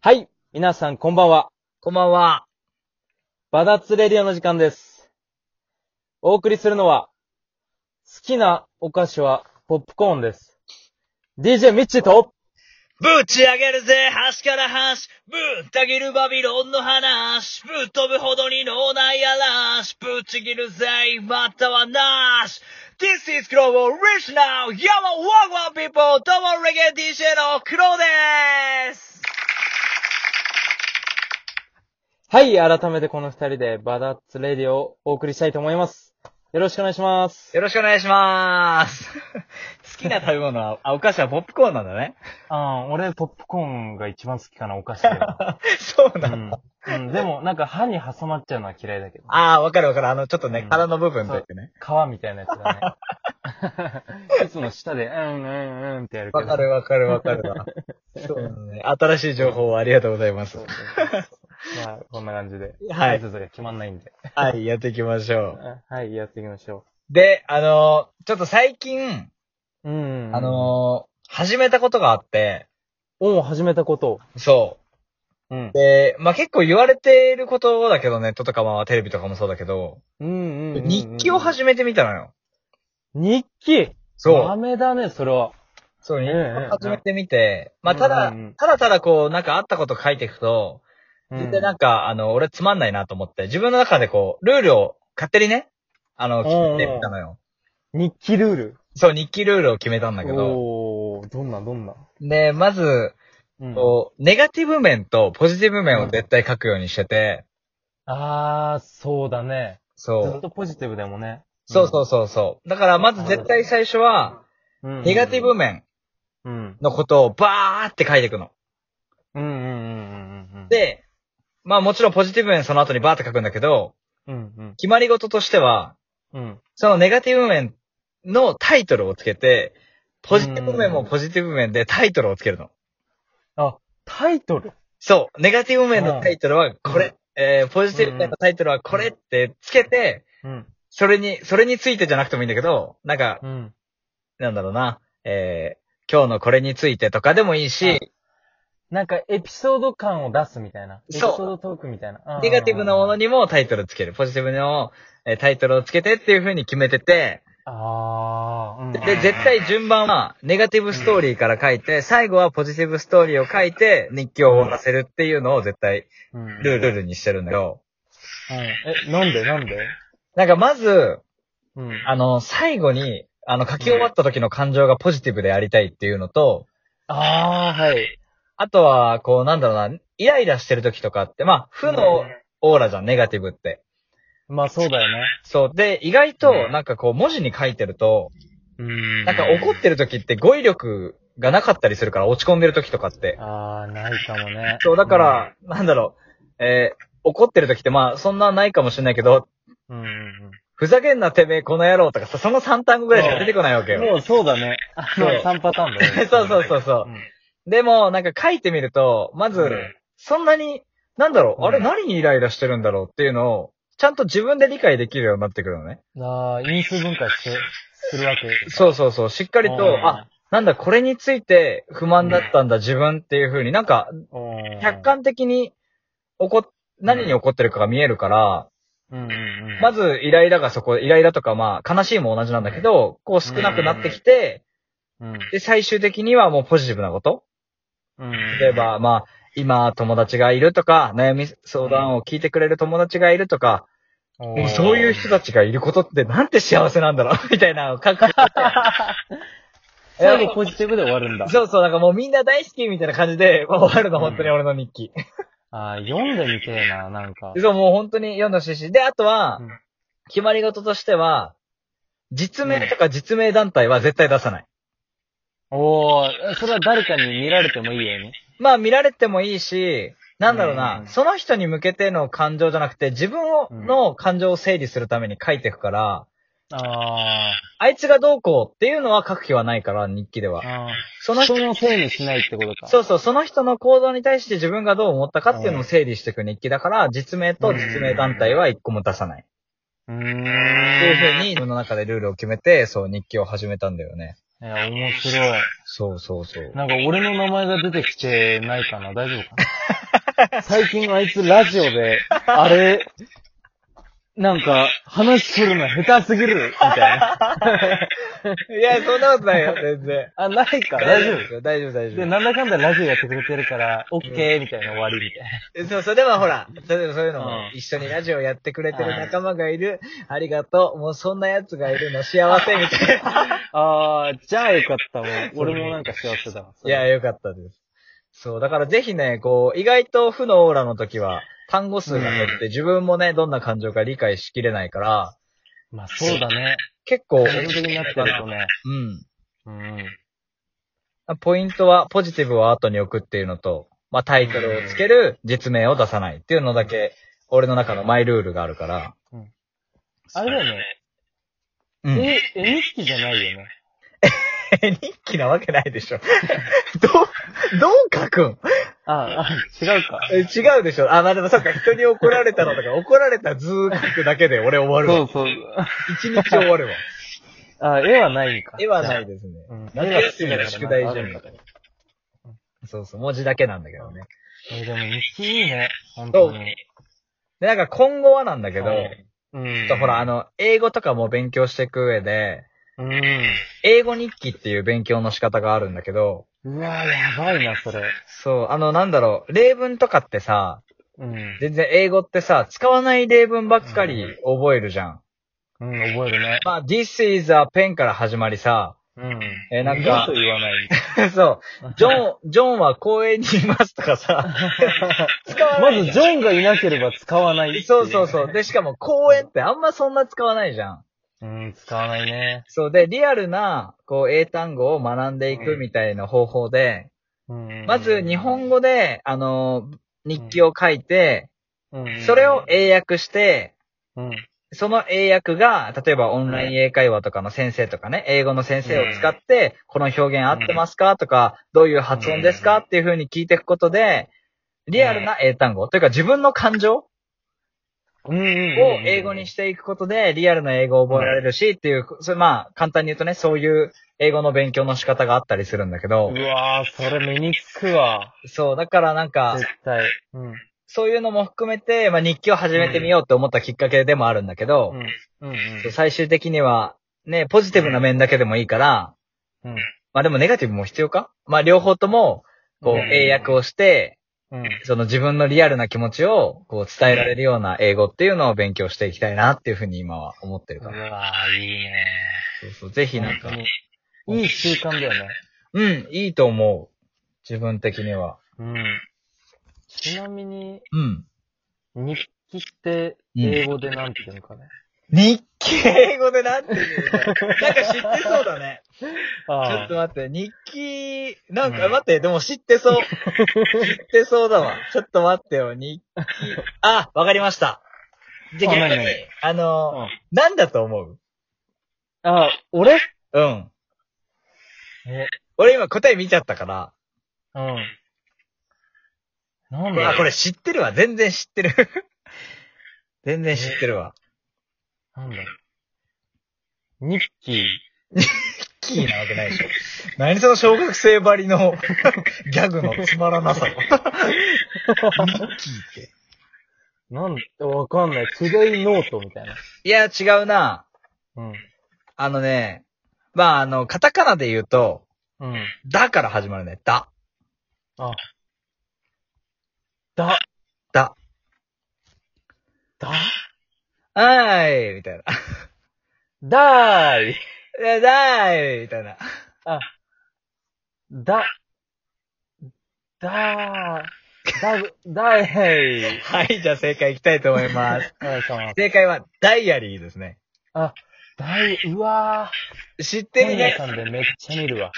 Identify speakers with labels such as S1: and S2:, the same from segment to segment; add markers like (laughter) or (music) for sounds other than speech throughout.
S1: はい。皆さん、こんばんは。
S2: こんばんは。
S1: バダツレディオの時間です。お送りするのは、好きなお菓子はポップコーンです。DJ ミッチーと、
S2: ぶち上げるぜ、端から端。ぶった切るバビロンの話。ぶっ飛ぶほどに脳内嵐。ぶっちぎるぜ、またはなし。This is Global Rich Now! ヤマワンワン people! どうもレゲエ DJ のクローでーす
S1: はい、改めてこの二人でバダツレディオをお送りしたいと思います。よろしくお願いします。
S2: よろしくお願いしまーす。好きな食べ物は、あ、お菓子はポップコーンなんだね。
S1: あー俺、ポップコーンが一番好きかな、お菓子では。 (laughs)
S2: そう
S1: う
S2: なん
S1: ん。うん、でも、なんか歯に挟まっちゃうのは嫌いだけど。
S2: ああ、わかるわかる。あの、ちょっとね、
S1: うん
S2: 殻の部分だけね。
S1: 皮みたいなやつだね。 (laughs) いつも舌で、うんうんうんってやるけど。
S2: わかるわかるわか
S1: (laughs)
S2: るわ。そうだね。新しい情報をありがとうございま
S1: (laughs)
S2: す
S1: そう。そうそう
S2: (laughs)
S1: まあ、こんな感じで。
S2: はい
S1: 挨拶が決まんないんで。
S2: はい、やっていきましょう。
S1: はい、やっていきましょ
S2: で、あのーちょっと最近、
S1: う。うん。
S2: あのー始めたことがあって、
S1: おう始めたこと。
S2: そ
S1: うん
S2: う。。で、まあ、結構言われてることだけどネットとかまあ、テレビとかもそうだけど、
S1: うんうんうんうん。
S2: 日記を始めてみたのよ。
S1: 日記
S2: そ
S1: ダ
S2: う。
S1: メだね、それは。
S2: そう、日記を始めてみて、
S1: うん
S2: まあ、ただ
S1: うんうん、
S2: ただただこう、なんかあったこと書いていくと、絶対なん
S1: か、
S2: か、あの、俺つまんないなと思って、自分の中でこう、ルールを勝手にね、あの、決めてみたのよ。
S1: 日記ルール。
S2: そう、日記ルールを決めたんだけど、
S1: おーどんなどんな。
S2: で、まず、
S1: うん
S2: こう、ネガティブ面とポジティブ面を絶対書くようにしてて、
S1: あー、そうだね。
S2: そ
S1: ずっ
S2: う。
S1: とポジティブでもね。
S2: そうそうそうそう。だからまず絶対最初は、
S1: うん。
S2: ネガティブ
S1: 面。
S2: 面
S1: うん。
S2: のことをバーって書いていくの。
S1: うんうんうんうんうんうん。、
S2: で、まあもちろんポジティブ面その後にバーって書くんだけど、
S1: うんうん。
S2: 決まり事としては、
S1: うん。
S2: そのネガティブ面のタイトルをつけて、ポジティブ面もポジティブ面でタイトルをつけるの。
S1: あ、タイトル
S2: そう。ネガティブ面のタイトルはこれ、えー、ポジティブ面のタイトルはこれってつけて、
S1: うん。
S2: それに、それについてじゃなくてもいいんだけど、なんか、
S1: うん。
S2: なんだろうな、えー、今日のこれについてとかでもいいし、
S1: なんか、エピソード感を出すみたいな。エピ
S2: そう
S1: ソードトークみたいな。
S2: ネガティブなもの
S1: に。
S2: にもタイトルつける。ポジティブの、えータイトルをつけてっていう風に決めてて、
S1: あー。うん
S2: で、絶。対順番は、ネガティブストーリーから書いて、最後はポジティブストーリーを書いて、日記を終わらせるっていうのを絶対、
S1: うんうん
S2: ルールにしてるんだけど、
S1: え、なんでなんで
S2: なんかまず、
S1: うん。
S2: あの、最後に、あの、書き終わった時の感情がポジティブでありたいっていうのと、
S1: あー、はい。
S2: あとは、こう、なんだろうな、イライラしてる時とかって、まあ、負のオーラじゃん、ネガティブって。
S1: まあ、そうだよね。
S2: そう。で、意外と、なんかこう、文字に書いてると、
S1: うん
S2: なんか怒ってる時って語彙力がなかったりするから、落ち込んでる時とかって。
S1: あー、ないかもね。
S2: そう、だから、なんだろう、えー怒ってる時って、まあ、そんなないかもしれないけど、
S1: うん、うんうん
S2: ふざけんなてめえ、この野郎とかさ、その3単語ぐらいしか出てこないわけ
S1: うん。
S2: よ。
S1: もう、そうだね。あの、
S2: そう
S1: 3パターンだね
S2: (laughs) そうそうそうそう。でも、なんか書いてみると、まず、
S1: うん
S2: そんなに、なんだろう、
S1: うん
S2: あれ何にイライラしてるんだろうっていうのを、ちゃんと自分で理解できるようになってくるのね。
S1: うん。あー、因数分解して、するわけ。しっ
S2: そうそうそう、しっかりと、あ、、なんだ、これについて不満だったんだ、自分っていう風に、なんか、
S1: うん
S2: 客、観的に、怒っ、何に怒ってるかが見えるから、
S1: うんうんうん。
S2: まず、イライラがそこ、イライラとか、まあ、悲しいも同じなんだけど、こう少なくなってきて、
S1: うん、
S2: で、最終的にはもうポジティブなこと
S1: うん。
S2: 例えば、まあ、今友達がいるとか、悩み相談を聞いてくれる友達がいるとか、
S1: おー、
S2: もうそういう人たちがいることってなんて幸せなんだろう (laughs) みたいなのを書く。
S1: 最後、ポジティブで終わる (laughs) んだ。
S2: (laughs) そうそう、なんかもうみんな大好きみたいな感じで、もう終わるの、本当に俺の日記。
S1: あー、読んでみてえな、なんか。
S2: そう、もう本当に読んでほしいし。で、あとは
S1: うん、
S2: 決まり事としては、実名とか実名団体は絶対出さない。
S1: おー、えそれは誰かに見られてもいいよね。
S2: まあ見られてもいいし、なんだろう
S1: う
S2: な、
S1: ん
S2: その人に向けての感情じゃなくて、自分をの感情を整理するために書いていくから、
S1: あ
S2: あいつがどうこうっていうのは書く気はないから、日記で
S1: ー
S2: は。
S1: あ
S2: そ
S1: ー。
S2: の人、
S1: 人のせいにしないってことか。
S2: そうそう、その人の行動に対して自分がどう思ったかっていうのを整理していく日記だから、実名と実名団体は一個も出さない。
S1: うーん。
S2: っていうふうに、自分の中でルールを決めて、そう、日記を始めたんだよね。
S1: えー面白い。
S2: そうそうそう。
S1: なんか俺の名前が出てきてないかな大丈夫か (laughs) な最近あいつラジオ (laughs) で、あれ、なんか話するの下手すぎるみたいな。
S2: いや、そんなことないよ、全然。
S1: (laughs) あ、ないか大丈
S2: 夫大丈夫、大
S1: 夫
S2: 丈
S1: で、
S2: 夫。
S1: なんだかんだラジオやってくれてるから、オッケーみたいな終わりみたいな。
S2: えそう、それはほら、それそういうのも
S1: うん、
S2: 一緒にラジオやってくれてる仲間がいる、ありがとう、もうそんな奴がいるの幸せ、みたいな。
S1: あー、じゃあよかったもん。俺もなんか幸せだわ。
S2: いや、よかったです。そう、だからぜひね、こう、意外と負のオーラの時は、単語数が減って、自分もね、どんな感情か理解しきれないから、
S1: まあそうだね。
S2: 結構、
S1: そういう時になってるとね。
S2: うん。
S1: うん。
S2: ポイントは、ポジティブを後に置くっていうのと、まあ、タイトルをつける、実名を出さないっていうのだけ、俺の中のマイルールがあるから。
S1: あれだよね。
S2: うん。 (laughs)
S1: え、絵日記じゃないよね。
S2: え、日記なわけないでしょ。 (laughs) どう、どう書くん
S1: あ、あ、違うか。
S2: え違うでしょあ、まあ、でもそっか、人に怒られたのとか、怒られた図書くだけで俺終わる
S1: そ
S2: わ。
S1: うそう。
S2: 一日終わるわ。
S1: あ、絵はないか。
S2: 絵はないですね。
S1: うん。
S2: 夏休みの宿題じゃん
S1: なんかある
S2: そうそう、文字だけなんだけどね。
S1: えでも日記いいね。本当に。
S2: で、なんか今後はなんだけど、
S1: はいうん
S2: ちょっとほら、あ、の、英語とかも勉強していく上で、
S1: うん。
S2: 英語日記っていう勉強の仕方があるんだけど、
S1: うわぁ、やばいな、それ。
S2: そう、あの、なんだろう、例文とかってさ、
S1: うん。
S2: 全然英語ってさ、使わない例文ばっかり覚えるじゃん。
S1: うん、覚えるね。
S2: まあ、this is a pen から始まりさ、 (laughs)
S1: うん。
S2: えなんか
S1: 二度と言わない。
S2: そう、ジョン、ジョンは公園にいますとかさ、使わな
S1: (laughs) ま
S2: い
S1: ず、ジョンがいなければ使わない。
S2: そうそうそう。。で、しかも公園ってあんまそんな使わないじゃん。
S1: うん、使わないね。
S2: そうで、リアルな、こう、英単語を学んでいくみたいな方法で、
S1: うん。
S2: まず日本語で、あの、日記を書いて、
S1: うん、
S2: それを英訳して、
S1: うん。
S2: その英訳が、例えばオンライン英会話とかの先生とかね、英語の先生を使って、この表現合ってますかとか、どういう発音ですかっていう風に聞いていくことで、リアルな英単語、というか自分の感情を
S1: うん。
S2: 英語に
S1: し
S2: していくことで、リアルな英語を覚えられるしっていう、それまあ、簡単に言うとね、そういう英語の勉強の仕方があったりするんだけど、
S1: うわぁ、それ身につくわ。
S2: そう、だからなんか
S1: 絶、対。うん。
S2: そういうのも含めて、まあ日記を始めてみようって思ったきっかけでもあるんだけど、
S1: うん。うん。
S2: 最終的には、ね、ポジティブな面だけでもいいから、
S1: うん。
S2: まあでもネガティブも必要かまあ両方とも、こう、
S1: うん
S2: 英訳をして、
S1: うん。
S2: その自分のリアルな気持ちを、こう、伝えられるような英語っていうのを勉強していきたいなっていうふうに今は思ってる
S1: う
S2: から。
S1: わぁ、いいね。
S2: そうそう、ぜひなんか、
S1: 本当にいい習慣だよね。
S2: うん、いいと思う。自分的には。
S1: うん。ちなみに、
S2: うん。
S1: 日記って英語でなんていうのかね。
S2: 日記英語でなんていうのなん
S1: (laughs)
S2: か知ってそうだね。ちょっ
S1: あ
S2: と待って、日記、なんか、
S1: うん
S2: 待って、でも知ってそう。知ってそうだわ。ちょっと待ってよ、日記。あ、わかりました。じゃあ
S1: あ
S2: 逆に
S1: 何何、
S2: あ
S1: あ
S2: の、なんだと思う
S1: あ、俺
S2: うん。
S1: え、
S2: 俺今答え見ちゃったから。
S1: うん。なんだ
S2: あ、
S1: ろ
S2: こ
S1: う
S2: れ知ってるわ。全然知っ
S1: (laughs)
S2: てる。全然知ってるわ。
S1: なんだろう日記。
S2: キーなわけないでしょ。何その小学生ばりの (laughs) ギャグのつまらなさ。日記って。
S1: なんだ、わかんない。トゥデイノートみたいな。
S2: いや、違うな。
S1: うん。
S2: あのね、まあ、あの、カタカナで言うと、
S1: うん。
S2: だから始まるね。だ。
S1: あ。だ、
S2: だ。
S1: だ、
S2: あーい、みたいな。
S1: だーい。
S2: いや (laughs) だーい、みたいな。
S1: あ、だ、だー、だ、だい。
S2: はい、じゃあ正解いきたいと思います。
S1: お願いします。
S2: 正解は、ダイアリーですね。
S1: あ、だい、うわ
S2: 知っ
S1: ー。
S2: てる
S1: 本屋
S2: ね。
S1: さんでめっちゃ見るわ。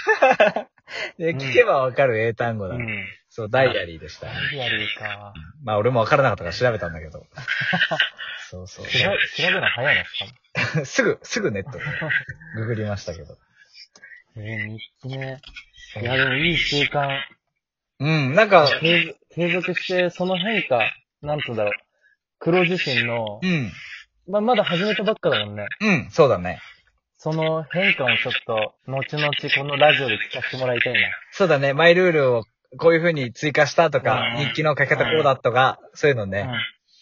S2: で
S1: うん
S2: 聞けばわかる英単語
S1: う
S2: だ、ね
S1: ん。
S2: そう、ダイアリーでした。
S1: リアルか。
S2: まあ、俺もわからなかったから調べたんだけ (laughs) ど。そうそう
S1: 調べ調べるの早いな、しか
S2: (laughs) すぐ、すぐネットでググりましたけど。
S1: も。えー、日記ね。いや、でもいい習慣。
S2: うん、なんか、
S1: 継続継続して、その変化、なんつうんだろう。黒自身の
S2: う、ん、
S1: まあ、まだ始めたばっかだもんね。
S2: うん、そうだね。
S1: その変化もちょっと、後々このラジオで聞かせてもらいたいな。
S2: そうだね、マイルールをこういう風に追加したとか、
S1: うん
S2: 日記の書き方こうだとか、そういうのね、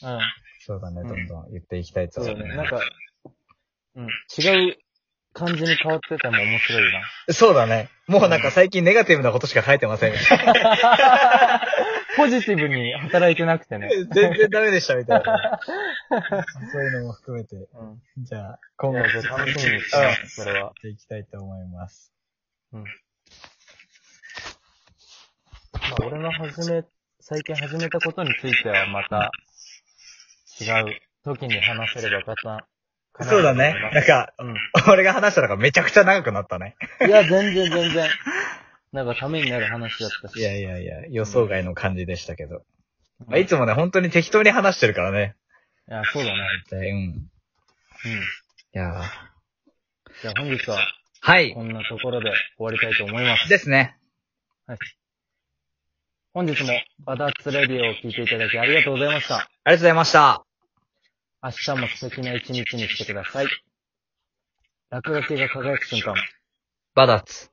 S1: うん。うん。
S2: そうだね、
S1: うん
S2: どんどん言っていきたいと
S1: そう
S2: 思
S1: だ
S2: う。
S1: ね。なんか、うん。違う感じに変わってたの面白いな。
S2: そうだね。もうなんか最近ネガティブなことしか書いてま
S1: (laughs)
S2: せん。
S1: ポジティブに働いてなくてね。
S2: 全然ダメでしたみた
S1: (laughs)
S2: いな。そういうのも含めて、
S1: うん。
S2: じゃあ、今
S1: い
S2: 後
S1: や
S2: ちょっと
S1: 楽しみにしてます、それは。
S2: やっていきたいと思います。
S1: うん。まあ、俺の始め、最近始めたことについてはまた、違う時に話せればかな。かなと
S2: そうだね
S1: 思いま。
S2: なんか、
S1: すうん。
S2: 俺が話したのがめちゃくちゃ長くなったね。
S1: いや、全然全然。なんかためになる話だったし。
S2: いやいやいや、予想外の感じでしたけど。
S1: うん
S2: まあ、いつもね、本当に適当に話してるからね。
S1: いや、そうだね。
S2: うん。
S1: うん。
S2: いやー
S1: じゃあ本日は
S2: はい。
S1: こんなところで終わりたいと思います。
S2: ですね。
S1: 本日もバダッツレディオを聞いていただきありがとうございました。
S2: ありがとうございました。
S1: 明日も素敵な一日にしてください。落書きが輝く瞬間。
S2: バダッツ。